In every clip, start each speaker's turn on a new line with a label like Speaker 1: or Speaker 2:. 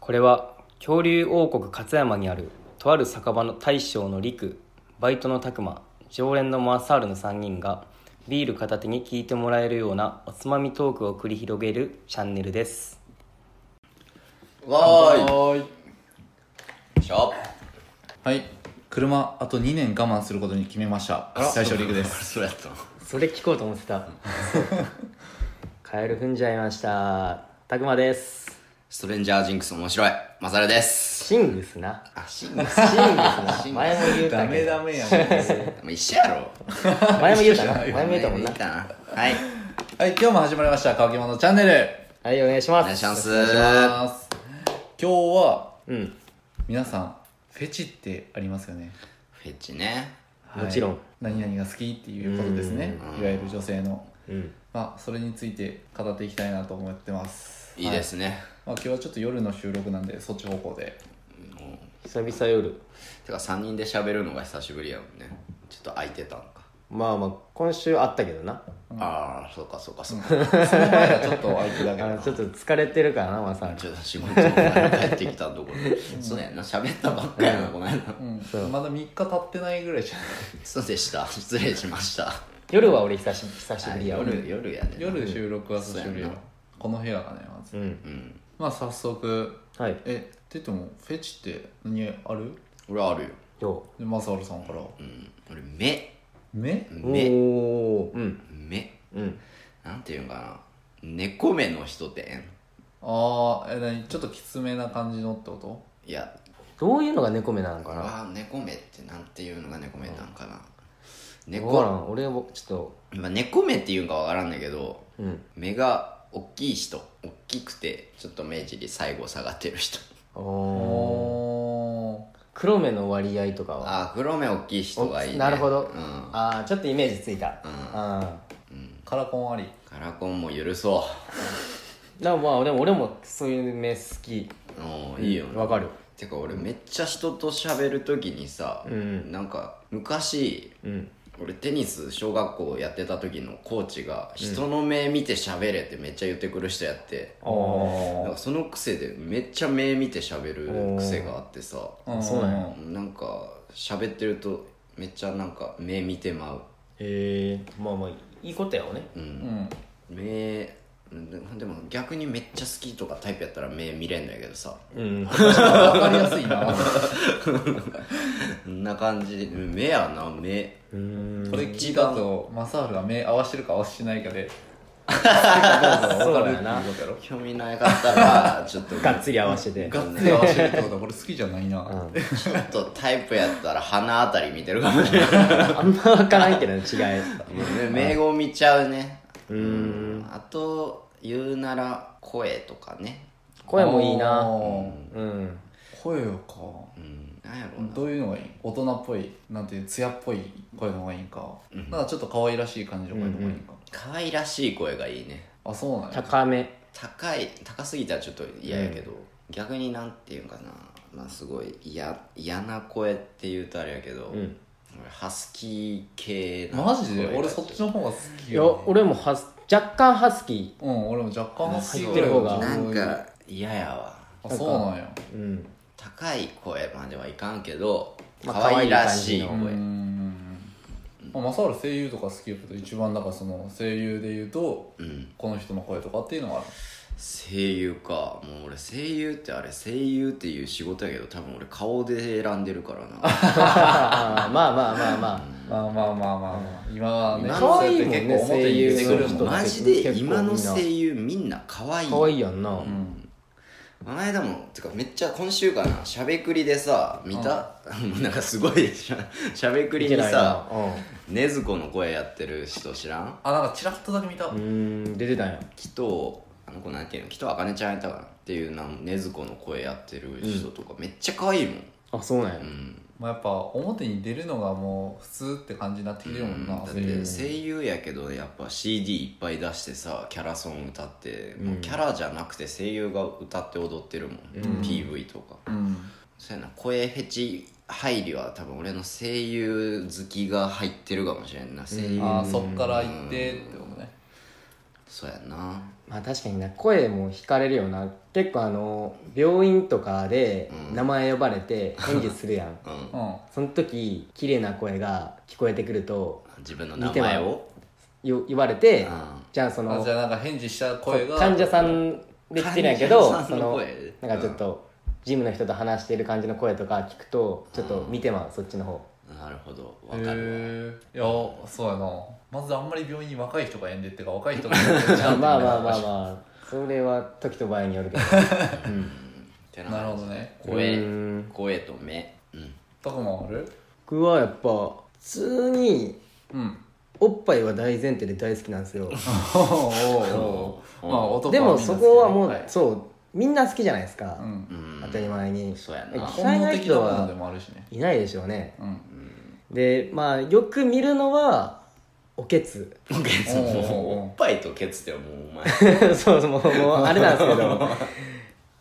Speaker 1: これは恐竜王国勝山にあるとある酒場の大将の陸バイトの拓磨常連のマーサールの3人がビール片手に聞いてもらえるようなおつまみトークを繰り広げるチャンネルです
Speaker 2: わーいよ
Speaker 3: はーい
Speaker 2: いしょ
Speaker 3: はい車あと2年我慢することに決めました大将リクです
Speaker 2: それやった
Speaker 1: それ聞こうと思って たカエル踏んじゃいました拓磨です
Speaker 2: ストレンジャージンクス面白いマサルです
Speaker 1: シングスな
Speaker 2: あシングス
Speaker 1: シングスな
Speaker 2: シングス
Speaker 1: 前も言うたけど
Speaker 3: メやん
Speaker 2: 一緒やろ
Speaker 1: 前も言うたな前も言うたもんな
Speaker 2: 前も言うたなはい
Speaker 3: はい今日も始まりました「乾き物チャンネル」
Speaker 1: はいお願いします
Speaker 2: お願いします
Speaker 3: お願いします今日は
Speaker 1: うん
Speaker 3: 皆さんフェチってありますよね
Speaker 2: フェッチね
Speaker 3: はい
Speaker 1: もちろん
Speaker 3: 何々が好きっていうことですね
Speaker 2: うん
Speaker 3: いわゆる女性の
Speaker 1: うん
Speaker 3: まあそれについて語っていきたいなと思ってます
Speaker 2: いいで
Speaker 3: は
Speaker 2: すね、
Speaker 3: まあ、今日はちょっと夜の収録なんでそっち方向で
Speaker 1: 久々夜
Speaker 2: てか3人で喋るのが久しぶりやもんねちょっと空いてたのか、
Speaker 1: まあまあ今週あったけどな
Speaker 2: ああそうかそうかそうか
Speaker 3: その前はちょっと相手だけ
Speaker 1: あ
Speaker 3: ど
Speaker 1: のちょっと疲れてるからなまさ
Speaker 2: ちょっと仕事の前に帰ってきたところそうやんな喋ったばっかやなこの間
Speaker 3: うん、まだ3日経ってないぐらいじ ゃない
Speaker 2: そうでした失礼しました
Speaker 1: 夜は俺久し久しぶりやわ
Speaker 2: 夜夜やね
Speaker 3: 夜収録は久しぶりよ
Speaker 2: そうやな
Speaker 3: この部屋がねまず、
Speaker 1: うん
Speaker 2: うん
Speaker 3: まあ早速
Speaker 1: はい
Speaker 3: えって言ってもフェチって何ある
Speaker 2: 俺あるよ
Speaker 1: ど
Speaker 3: でマサールさんから
Speaker 2: うん俺目
Speaker 3: 目
Speaker 1: う
Speaker 2: 目
Speaker 1: おーうん
Speaker 2: 目
Speaker 1: うん
Speaker 2: なんていうんかな猫目の人ってえん
Speaker 3: ああえ何ちょっときつめな感じのってこ
Speaker 2: いや
Speaker 1: どういうのが猫目なのかな
Speaker 2: あー猫目ってなんていうのが猫目なんかな
Speaker 1: 猫ら
Speaker 2: 猫、
Speaker 1: ん俺もちょっと
Speaker 2: まあ、猫目っていうんかわからんねんけど
Speaker 1: うん
Speaker 2: 目が大きい人大きくてちょっと目尻最後下がってる人
Speaker 1: お
Speaker 3: と
Speaker 1: ー
Speaker 3: おー
Speaker 1: 黒目の割合とかは
Speaker 2: ああ黒目大きい人がいい、ね、
Speaker 1: おなるほど
Speaker 2: うん
Speaker 1: ああちょっとイメージついた
Speaker 2: うん
Speaker 1: あ
Speaker 3: カラコンあり
Speaker 2: カラコンも許そ
Speaker 1: ーだからまあでも俺もそういう目好き
Speaker 2: うおーいいよな、
Speaker 1: わかる
Speaker 2: てか俺めっちゃ人と喋る時にさ、
Speaker 1: ん
Speaker 2: なんか昔
Speaker 1: うん
Speaker 2: 俺テニス小学校やってた時のコーチが人の目見て喋れってめっちゃ言ってくる人やって、
Speaker 1: あー
Speaker 2: なんかその癖でめっちゃ目見て喋る癖があってさ
Speaker 3: うん
Speaker 1: そうなんや
Speaker 2: なんか喋ってるとめっちゃなんか目見てまう
Speaker 1: へえまあまあいいことやわね
Speaker 2: う
Speaker 3: うんん
Speaker 2: 目うんでも逆にめっちゃ好きとかタイプやったら目見れんのやけどさ
Speaker 1: うん
Speaker 3: わかりやすいな
Speaker 2: こんな感じでうん目やな目
Speaker 1: うん
Speaker 3: これ聞いた後マサールが目合わしてるか合わしてないかで
Speaker 1: そう
Speaker 3: わか
Speaker 1: だ
Speaker 3: る
Speaker 1: よ
Speaker 3: って
Speaker 1: な
Speaker 3: いうことやろ
Speaker 2: 興味なかったらちょっ と
Speaker 1: がっつり合わせて
Speaker 3: ガッツリ合わせるってことはこれ好きじゃないな、
Speaker 1: うん
Speaker 2: ちょっとタイプやったら鼻あたり見てるかもしれない
Speaker 1: あんま分からんけどね違い
Speaker 2: ね名号見ちゃうね
Speaker 1: う
Speaker 2: うんあと言うなら声とかね
Speaker 1: 声もいい
Speaker 3: あ
Speaker 1: な
Speaker 3: ー
Speaker 1: うん
Speaker 3: 声か
Speaker 2: うんなんやろうな
Speaker 3: どういうのがいい大人っぽいなんていう艶っぽい声の方がいいんか、なんかちょっと可愛らしい感じの声の方がいいんか、
Speaker 2: 可愛らしい声がいいね
Speaker 3: あそうなんや
Speaker 1: 高め
Speaker 2: 高い高すぎたらちょっと嫌やけど、逆になんていうんかなまあすごい嫌嫌な声って言うとあれやけど、
Speaker 1: ん
Speaker 2: 俺ハスキー系な
Speaker 3: マジで
Speaker 2: 声が
Speaker 3: 俺そっちの方が好き
Speaker 1: いや
Speaker 3: よ
Speaker 1: 俺もハス若干ハスキ
Speaker 3: うん俺も若干好き
Speaker 1: 入ってる方が
Speaker 2: なんか嫌やわ
Speaker 3: あそうなんや
Speaker 1: ーうん
Speaker 2: 高い声まではいかんけど、
Speaker 1: まあ
Speaker 2: 可愛らしい
Speaker 1: 可
Speaker 2: 声
Speaker 1: 愛
Speaker 3: うーんまあ、マサール声優とか好きやけど一番だからその声優で言うと
Speaker 2: うん
Speaker 3: この人の声とかっていうのがある
Speaker 2: 声優かもう俺声優ってあれ声優っていう仕事やけど多分俺顔で選んでるからな
Speaker 1: まあまあまあまあ
Speaker 3: まあまあまあまあ、まあ、今はね
Speaker 2: 今
Speaker 1: 可愛い
Speaker 3: そうやって
Speaker 1: もんね
Speaker 3: 結構表に出てくる
Speaker 1: 声優の
Speaker 3: 人
Speaker 1: 人
Speaker 3: が
Speaker 2: マジで今の声優みんな可愛い
Speaker 1: 可愛いやんな
Speaker 2: 前だもんてかめっちゃ今週かなしゃべくりでさ見た、もうなんかすごいしゃしゃべくりにさ禰豆子の声やってる人知らん
Speaker 3: あなんかチラッとだけ見た、
Speaker 1: うんうん出てたんや
Speaker 2: 紀藤あの子なんていうの紀藤あかねちゃんやったからっていうなん禰豆子の声やってる人とかめっちゃ可愛いもん
Speaker 1: あそうなんや
Speaker 2: うん
Speaker 3: まあ、やっぱ表に出るのがもう普通って感じになってきてるもんな、
Speaker 2: だっ
Speaker 3: 声優
Speaker 2: て声優やけどやっぱ CD いっぱい出してさキャラソン歌って、もうキャラじゃなくて声優が歌って踊ってるもん、PV とか
Speaker 3: うん
Speaker 2: そうやな声フェチ配慮は多分俺の声優好きが入ってるかもしれんな声優、
Speaker 3: あーそっから行ってってことね
Speaker 2: そうやな
Speaker 1: まあ確かにな声も惹かれるよな結構あの病院とかで
Speaker 2: うん
Speaker 1: 名前呼ばれて演技する やん
Speaker 2: うん
Speaker 3: うん
Speaker 1: その時綺麗な声が聞こえてくると
Speaker 2: 自分の名前を
Speaker 1: よ言われて
Speaker 2: うん
Speaker 1: じゃあそ
Speaker 3: あ
Speaker 1: の
Speaker 3: じゃあなんか返事した声が
Speaker 1: 患者さんで来てるんやけど
Speaker 2: 患者さ
Speaker 1: そ
Speaker 2: んの
Speaker 1: の
Speaker 2: 声
Speaker 1: なんかちょっとジムの人と話してる感じの声とか聞くとちょっと見てまうそっちの方
Speaker 2: なるほどわ
Speaker 3: へ
Speaker 2: かる
Speaker 3: えいやそうやなまずあんまり病院に若い人がえんでっていうか若い人がえんでって
Speaker 1: まあまあまあまあ
Speaker 3: あ
Speaker 1: まあそれは時と場合によるけど
Speaker 2: って
Speaker 3: なるほどね
Speaker 2: 声
Speaker 1: うん
Speaker 2: 声と目うん
Speaker 3: とこもある
Speaker 1: 僕はやっぱ普通に
Speaker 3: うん
Speaker 1: おっぱいは大前提で大好きなんです よ
Speaker 3: おーおーまあ男は
Speaker 1: でも
Speaker 3: みんな
Speaker 1: そ
Speaker 3: 好き
Speaker 1: こはもう、
Speaker 3: い
Speaker 1: そうみんな好きじゃないですか、
Speaker 3: うん
Speaker 2: う ん
Speaker 1: 当たり前に
Speaker 2: そうやな
Speaker 1: 嫌
Speaker 3: 本
Speaker 1: い
Speaker 3: 能
Speaker 1: な
Speaker 3: 的な
Speaker 1: 人
Speaker 3: もので
Speaker 1: は
Speaker 3: もあるしね
Speaker 1: いないでしょうね
Speaker 3: うん
Speaker 1: でまあよく見るのはおけつ
Speaker 2: ケツ
Speaker 3: おうおうおう
Speaker 2: もうおっぱいとケツってもう お前
Speaker 1: そうそうもうもうあれなんですけ ど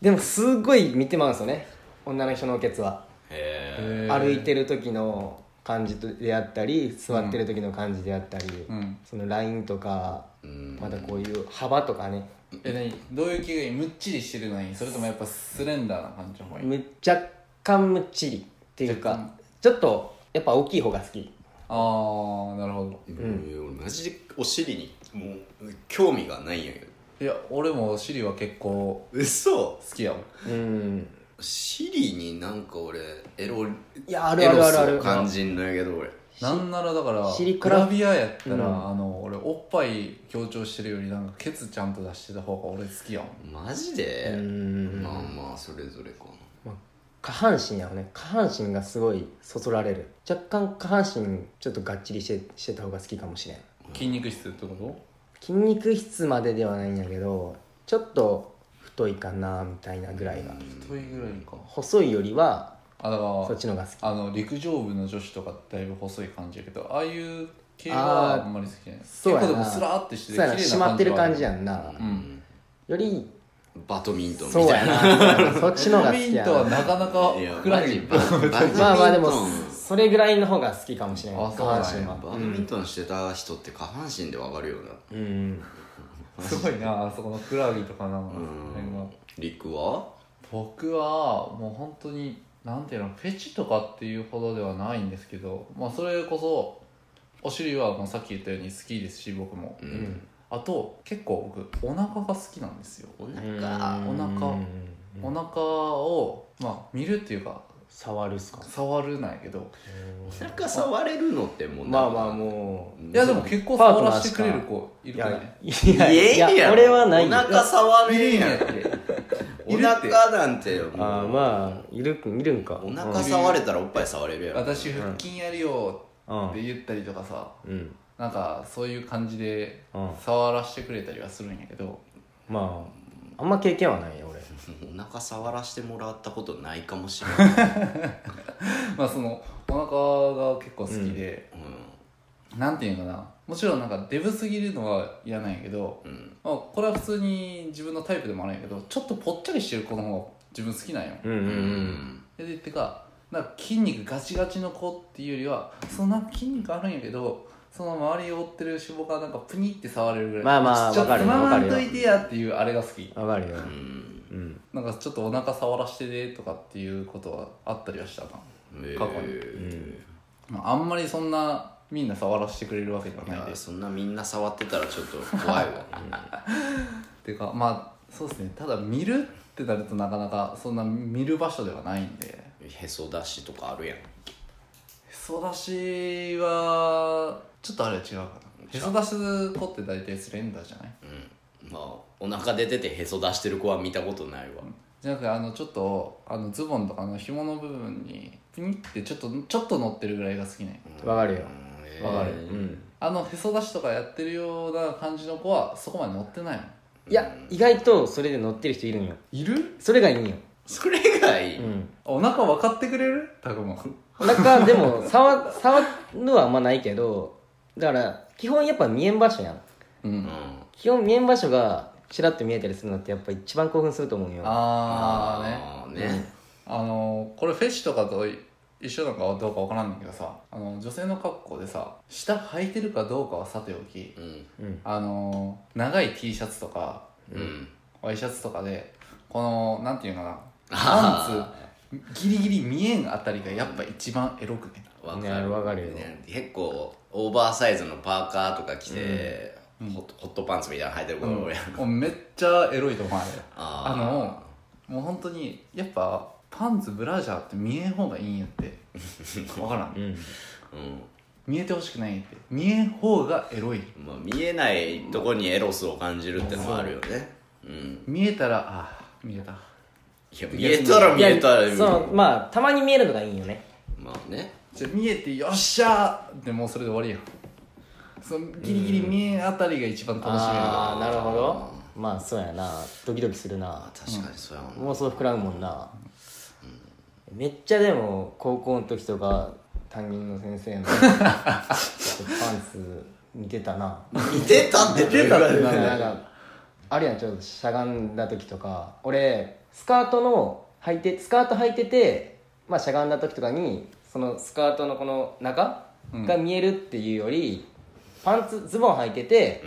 Speaker 1: でもすごい見てまうんですよね女の人のおけつは
Speaker 2: へえ
Speaker 1: 歩いて
Speaker 3: る
Speaker 1: る時の感じであったり座ってる時の感じであったり、
Speaker 3: うん
Speaker 1: そのラインとか
Speaker 2: うん
Speaker 1: またこういう幅とかね
Speaker 3: え何どういう気がいいむっちりしてるのにそれともやっぱスレンダーな感じの方がいい
Speaker 1: む若干むっちりっていう
Speaker 3: 若
Speaker 1: かちょっとやっぱ大きい方が好き
Speaker 3: あーなるほど
Speaker 2: うん俺マジでお尻にもう興味がないんやけど
Speaker 3: いや俺もお尻は結構
Speaker 2: 嘘
Speaker 3: 好きやもん
Speaker 1: うん
Speaker 2: 尻になんか俺エロ
Speaker 1: いやあるあるあるあ
Speaker 2: エロス
Speaker 1: る
Speaker 2: を感じんのやけど俺
Speaker 3: なんならだから
Speaker 1: 尻
Speaker 3: グ
Speaker 1: から
Speaker 3: ラビアやったら、
Speaker 1: うん
Speaker 3: あの俺おっぱい強調してるよりなんかケツちゃんと出してた方が俺好きやもん
Speaker 2: マジ
Speaker 1: う
Speaker 2: で
Speaker 1: ん、
Speaker 2: まあまあそれぞれかな
Speaker 1: まあ下半身やろね下半身がすごいそそられる若干下半身ちょっとがっちりしてしてた方が好きかもしれん
Speaker 3: 筋肉質ってこ
Speaker 1: 筋肉質までではないんやけどちょっと太いかなみたいなぐらいが
Speaker 3: と太いぐらいか
Speaker 1: 細いよりは
Speaker 3: あだか
Speaker 1: そっちのが好き
Speaker 3: らあの陸上部の女子とかだいぶ細い感じやけどああいう系
Speaker 1: あ
Speaker 3: は
Speaker 1: ー
Speaker 3: あんまり好きじゃない結
Speaker 1: そうやな
Speaker 3: 構でもスラーってして
Speaker 1: そうやな締まってる感じや
Speaker 3: ん
Speaker 1: んな
Speaker 3: うん
Speaker 1: より
Speaker 2: バドミントンみ
Speaker 1: そう
Speaker 2: た
Speaker 1: や
Speaker 2: いな
Speaker 1: なそっちのが好
Speaker 3: ミ
Speaker 1: き
Speaker 3: ン
Speaker 1: や
Speaker 3: トは
Speaker 1: な
Speaker 3: なかなか
Speaker 2: いや
Speaker 3: 膨らんじん
Speaker 2: マジババドミントン
Speaker 1: まあまあでもそれぐらいの方が好きかもしれない
Speaker 3: あ
Speaker 1: 下
Speaker 3: そうなん
Speaker 1: 半
Speaker 3: や
Speaker 1: 身は
Speaker 2: バドミントンしてた人って下半身でわかるよな
Speaker 1: うん
Speaker 3: すごいなあそこのクラウギとかなんか
Speaker 2: う
Speaker 3: その辺が
Speaker 2: ん陸は
Speaker 3: 僕はもう本当になんていうのフェチとかっていうほどではないんですけど、まあ、それこそお尻はもうさっき言ったように好きですし僕も
Speaker 2: う
Speaker 1: うんん
Speaker 3: あと結構僕お腹が好きなんですよ
Speaker 2: お
Speaker 1: お
Speaker 2: 腹
Speaker 3: 腹お
Speaker 1: 腹
Speaker 3: 腹を、まあ、見るっていうか
Speaker 1: 触るっすか
Speaker 3: 触るないけど
Speaker 2: お腹触れるのってもう
Speaker 1: まあまあも
Speaker 2: う
Speaker 3: いやでも
Speaker 2: 結
Speaker 3: 結構触らせてくれる子いうる
Speaker 1: い
Speaker 3: か
Speaker 1: や
Speaker 3: ね
Speaker 1: い
Speaker 2: 構
Speaker 1: やいや俺はない
Speaker 2: お
Speaker 1: よ
Speaker 2: 腹触
Speaker 3: い
Speaker 2: れ
Speaker 3: るん
Speaker 2: ん
Speaker 3: や
Speaker 2: や
Speaker 3: っ
Speaker 2: ん
Speaker 3: てい
Speaker 2: お
Speaker 3: るって
Speaker 2: 腹なんてもう
Speaker 1: ああまあいるいるんか
Speaker 2: お腹触れたらおっぱい触れるやろ
Speaker 3: 私腹筋やるよ
Speaker 1: うん
Speaker 3: って言ったりとかさ
Speaker 1: うん
Speaker 3: なんかそういう感じで
Speaker 1: うん
Speaker 3: 触らせてくれたりはするんやけど
Speaker 1: まああんま経験はないよ俺
Speaker 2: お腹触らしてもらったことないかもしれない、
Speaker 3: まあそのお腹が結構好きで、なんていうのかなもちろんなんかデブすぎるのは嫌なんやけど、
Speaker 2: うんうん、
Speaker 3: まあ、これは普通に自分のタイプでもあるんやけどちょっとぽっちゃりしてる子の方が自分好きなんよ、
Speaker 1: うんう
Speaker 2: うんん
Speaker 3: ででてかなんか筋肉ガチガチの子っていうよりはそんな筋肉あるんやけどその周りを覆ってる脂肪がなんかプニって触れるぐらい
Speaker 1: まあまあ
Speaker 3: ちょっと
Speaker 1: わかるよ
Speaker 3: つままん
Speaker 1: わか
Speaker 3: と
Speaker 1: る
Speaker 3: い
Speaker 1: よ
Speaker 3: てやっていうあれが好き
Speaker 1: うんわかるよ
Speaker 2: うん
Speaker 1: うん
Speaker 3: なんかちょっとお腹触らしてねとかっていうことはあったりはしたな
Speaker 2: え
Speaker 3: 過去に
Speaker 2: ー
Speaker 3: まあ、あんまりそんなみんな触らせてくれるわけではいない
Speaker 2: や
Speaker 3: です
Speaker 2: そんなみんな触ってたらちょっと怖いわ
Speaker 3: っていうかまあそうですねただ見るってなるとなかなかそんな見る場所ではないんでへ
Speaker 2: へそ出しとかあるやん
Speaker 3: そ出しはちょっとあれは違うかなへそ出す子って大体スレンダーじゃない
Speaker 2: うんまあお腹出ててへそ出してる子は見たことないわ
Speaker 3: じゃなくてあのちょっとあのズボンとかの紐の部分にピニってちょっとちょっと乗ってるぐらいが好きね
Speaker 1: わかるよ
Speaker 2: うん
Speaker 3: わかる
Speaker 2: えー
Speaker 1: うん
Speaker 3: あのへそ出しとかやってるような感じの子はそこまで乗ってないもん
Speaker 1: いや意外とそれで乗ってる人いるんよ
Speaker 3: いる
Speaker 1: それがいいんよ
Speaker 2: それがいい、
Speaker 1: うん
Speaker 3: お腹分かってくれるたくま
Speaker 1: なんかでも 触触るのはあんまないけどだから基本やっぱ見えん場所やん
Speaker 3: うん
Speaker 2: うん
Speaker 1: 基本見えん場所がちらっと見えたりするのってやっぱ一番興奮すると思うよ
Speaker 3: ああね
Speaker 2: あーね
Speaker 3: あのこれフェチとかとい一緒なのかどうかわからんねんけどさあの女性の格好でさ下履いてるかどうかはさておき
Speaker 2: うん
Speaker 1: うん
Speaker 3: あの長い T シャツとか
Speaker 2: うん
Speaker 3: ワイシャツとかでこのなんていうのかなパンツギリギリ見えんあたりがやっぱ一番エロくね
Speaker 2: わ
Speaker 1: ねわかるよ
Speaker 2: ね結構オーバーサイズのパーカーとか着て、ホットホットパンツみたいなの履いてる子も俺、
Speaker 3: もうめっちゃエロいと思われる
Speaker 2: あー
Speaker 3: あのもう本当にやっぱパンツブラジャーって見えん方がいいんやってわからん
Speaker 1: うん
Speaker 3: 見えてほしくないんやって見えん方がエロい
Speaker 2: うんまあ、見えないとこにエロスを感じるってのはあるよね、うん、
Speaker 3: 見えたらああ見えた
Speaker 2: いや見えたら見えた
Speaker 1: い
Speaker 2: ら
Speaker 1: やそのまあたまに見えるのがいいよね
Speaker 2: まあね
Speaker 3: じゃあ見えてよっしゃーってもうそれで終わりやんそのギリギリ見えんあたりが一番楽しめる
Speaker 1: ああなるほどまあそうやなドキドキするな
Speaker 2: 確かにそうやもんな、
Speaker 1: 妄想膨らむもんな、めっちゃでも高校の時とか担任の先生のちょっとパンツ見てたな
Speaker 2: 似てたって
Speaker 3: 似てたって
Speaker 1: なんかなんかあるやんちょっとしゃがんだ時とか俺スカートの履いてスカート履いてて、まあ、しゃがんだ時とかにそのスカートのこの中が見えるっていうより、パンツズボン履いてて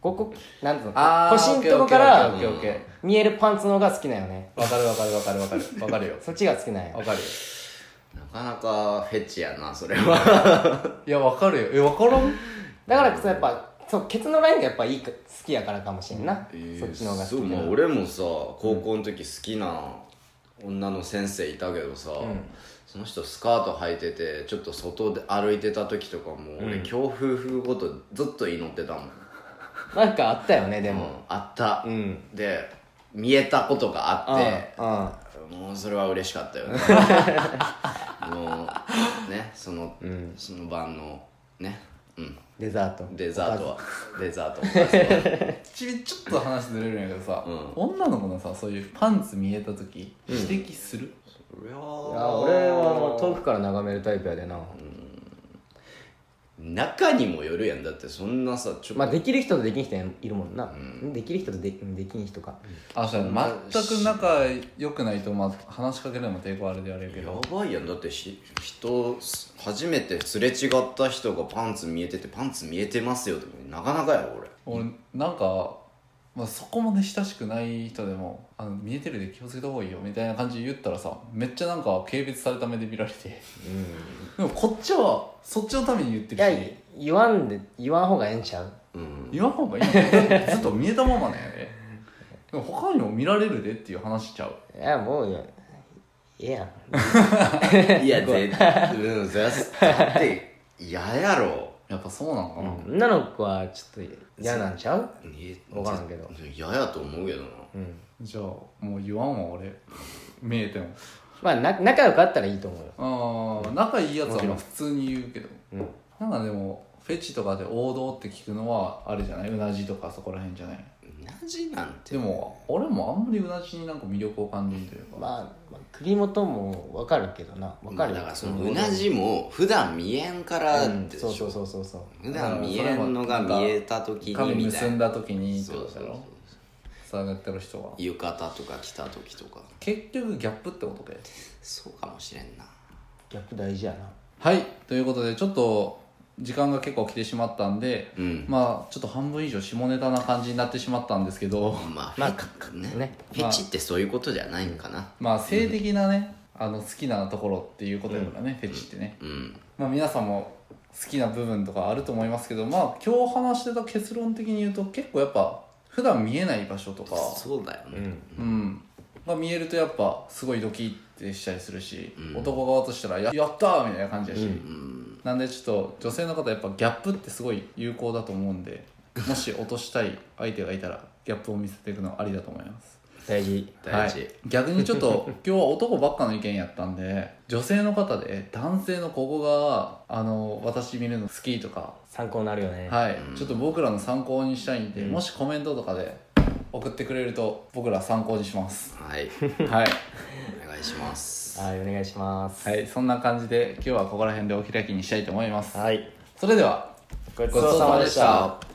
Speaker 1: ここなんつうの
Speaker 3: あー
Speaker 1: 腰んとこか
Speaker 3: オ
Speaker 1: ら
Speaker 3: ッケーオッケーオッケーオッケ
Speaker 1: 見えるパンツの方が好きなよね
Speaker 3: ーわかるわかるわかるわかるわかるよ
Speaker 1: そっちが好きなんや
Speaker 3: わかるよ
Speaker 2: なかなかフェチやなそれは
Speaker 3: いやわかるよえわからん
Speaker 1: だからこそやっぱそうケツのラインがやっぱいいか好きやからかもしれんな、そっちの方が
Speaker 2: そ
Speaker 1: 好
Speaker 2: う、
Speaker 1: き
Speaker 2: まあ、俺もさ高校の時好きな女の先生いたけどさ、その人スカート履いててちょっと外で歩いてた時とかも俺、強風吹くことずっと祈ってたもん、
Speaker 1: なんかあったよねで
Speaker 2: もう
Speaker 1: も
Speaker 2: あった、
Speaker 1: うん
Speaker 2: で見えたことがあって
Speaker 1: うんうん
Speaker 2: もうそれは嬉しかっ たよねもうねその、その晩のねうん
Speaker 1: デザート
Speaker 2: デザートはデザート
Speaker 3: ちびちょっと話ずれるんやけどさ、
Speaker 2: うん
Speaker 3: 女の子のさそういうパンツ見えた時指摘する、
Speaker 2: それ
Speaker 1: い
Speaker 2: は
Speaker 1: や俺はもう遠くから眺めるタイプやでな、
Speaker 2: 中にもよるやんだってそんなさちょっと、
Speaker 1: まあできる人とできん人いるもんな、できる人とでできん人か、
Speaker 3: あそうや全く仲良くないと、まあ、話しかけるのも抵抗あるであれやけ
Speaker 2: や
Speaker 3: ど
Speaker 2: ばいやんだってひ人初めてすれ違った人がパンツ見えててパンツ見えてますよってなかなかやろ俺
Speaker 3: 俺なんか、まあ、そこまで親しくない人でもあの見えてるで気をつけた方がいいよみたいな感じで言ったらさめっちゃなんか軽蔑された目で見られてでもこっちはそっちのために言って
Speaker 1: いや
Speaker 3: るし
Speaker 1: 言わんで言わん方がええんちゃう
Speaker 2: うん
Speaker 3: 言わん方がいいよだってずっと見えたままなんやででも他にも見られるでっていう話しちゃう
Speaker 1: いやもういやええやん
Speaker 2: いや絶対うんそりゃだって嫌やろ
Speaker 3: やっぱそうなのかな、
Speaker 1: 女の子はちょっと嫌なんちゃう
Speaker 2: 見え
Speaker 1: わからんけど
Speaker 2: ぜ嫌やと思うけどな
Speaker 1: うん
Speaker 3: じゃあもう言わんわ 俺見えても
Speaker 1: まあな仲良かったらいいと思うよ
Speaker 3: ああ仲いいやつはまあ普通に言うけど、
Speaker 1: うん
Speaker 3: なんかでもフェチとかで王道って聞くのはあれじゃないうなじとかそこら辺じゃないう
Speaker 2: なじなんて
Speaker 3: でも俺もあんまりうなじになんか魅力を感じるというか、
Speaker 1: まあ、まあ、栗本も分かるけどな分かるよ
Speaker 2: だからそのうなじも普段見えんから
Speaker 1: うん
Speaker 2: でしょ、
Speaker 1: そうそうそうそうそう
Speaker 2: 普段見えんのが見えた時に
Speaker 3: 髪
Speaker 2: みた
Speaker 3: 結
Speaker 2: い
Speaker 3: ん
Speaker 2: な
Speaker 3: だ時にって
Speaker 2: そ
Speaker 3: こ
Speaker 2: う
Speaker 3: と
Speaker 2: そ
Speaker 3: だ
Speaker 2: うそう
Speaker 3: ろ繋がってる人は
Speaker 2: 浴衣とか着た時とか
Speaker 3: 結局ギャップってことで
Speaker 2: そうかもしれんな
Speaker 1: ギャップ大事やな
Speaker 3: はいということでちょっと時間が結構来てしまったんで、
Speaker 2: うん
Speaker 3: まあちょっと半分以上下ネタな感じになってしまったんですけど
Speaker 2: まあ、
Speaker 1: まあ
Speaker 2: フェチね
Speaker 1: ね
Speaker 2: フェチってそういうことじゃないんかな
Speaker 3: まあ性的なね、あの好きなところっていうことだからね、フェチってね、
Speaker 2: うん
Speaker 3: まあ、皆さんも好きな部分とかあると思いますけどまあ今日話してた結論的に言うと結構やっぱ普段見えない場所とか
Speaker 2: そうだよね
Speaker 3: うんが見えるとやっぱすごいドキッてしたりするし、男側としたらや「やったー!」みたいな感じだし、なんでちょっと女性の方やっぱギャップってすごい有効だと思うんでもし落としたい相手がいたらギャップを見せていくのありだと思います
Speaker 1: 大事
Speaker 2: 大事、
Speaker 3: はい、逆にちょっ と今日は男ばっかの意見やったんで女性の方で男性のここがあの私見るの好きとか
Speaker 1: 参考になるよね
Speaker 3: はい、ちょっと僕らの参考にしたいんで、もしコメントとかで送ってくれると僕ら参考にします
Speaker 2: はい
Speaker 3: はい、
Speaker 2: お願いします
Speaker 1: はいお願いします
Speaker 3: はい、そんな感じで今日はここら辺でお開きにしたいと思います
Speaker 1: はい
Speaker 3: それでは
Speaker 1: ごち
Speaker 3: ごち
Speaker 1: そ
Speaker 3: そうう
Speaker 1: さ
Speaker 3: さ
Speaker 1: ま
Speaker 3: ま
Speaker 1: で
Speaker 3: で
Speaker 1: し
Speaker 3: したた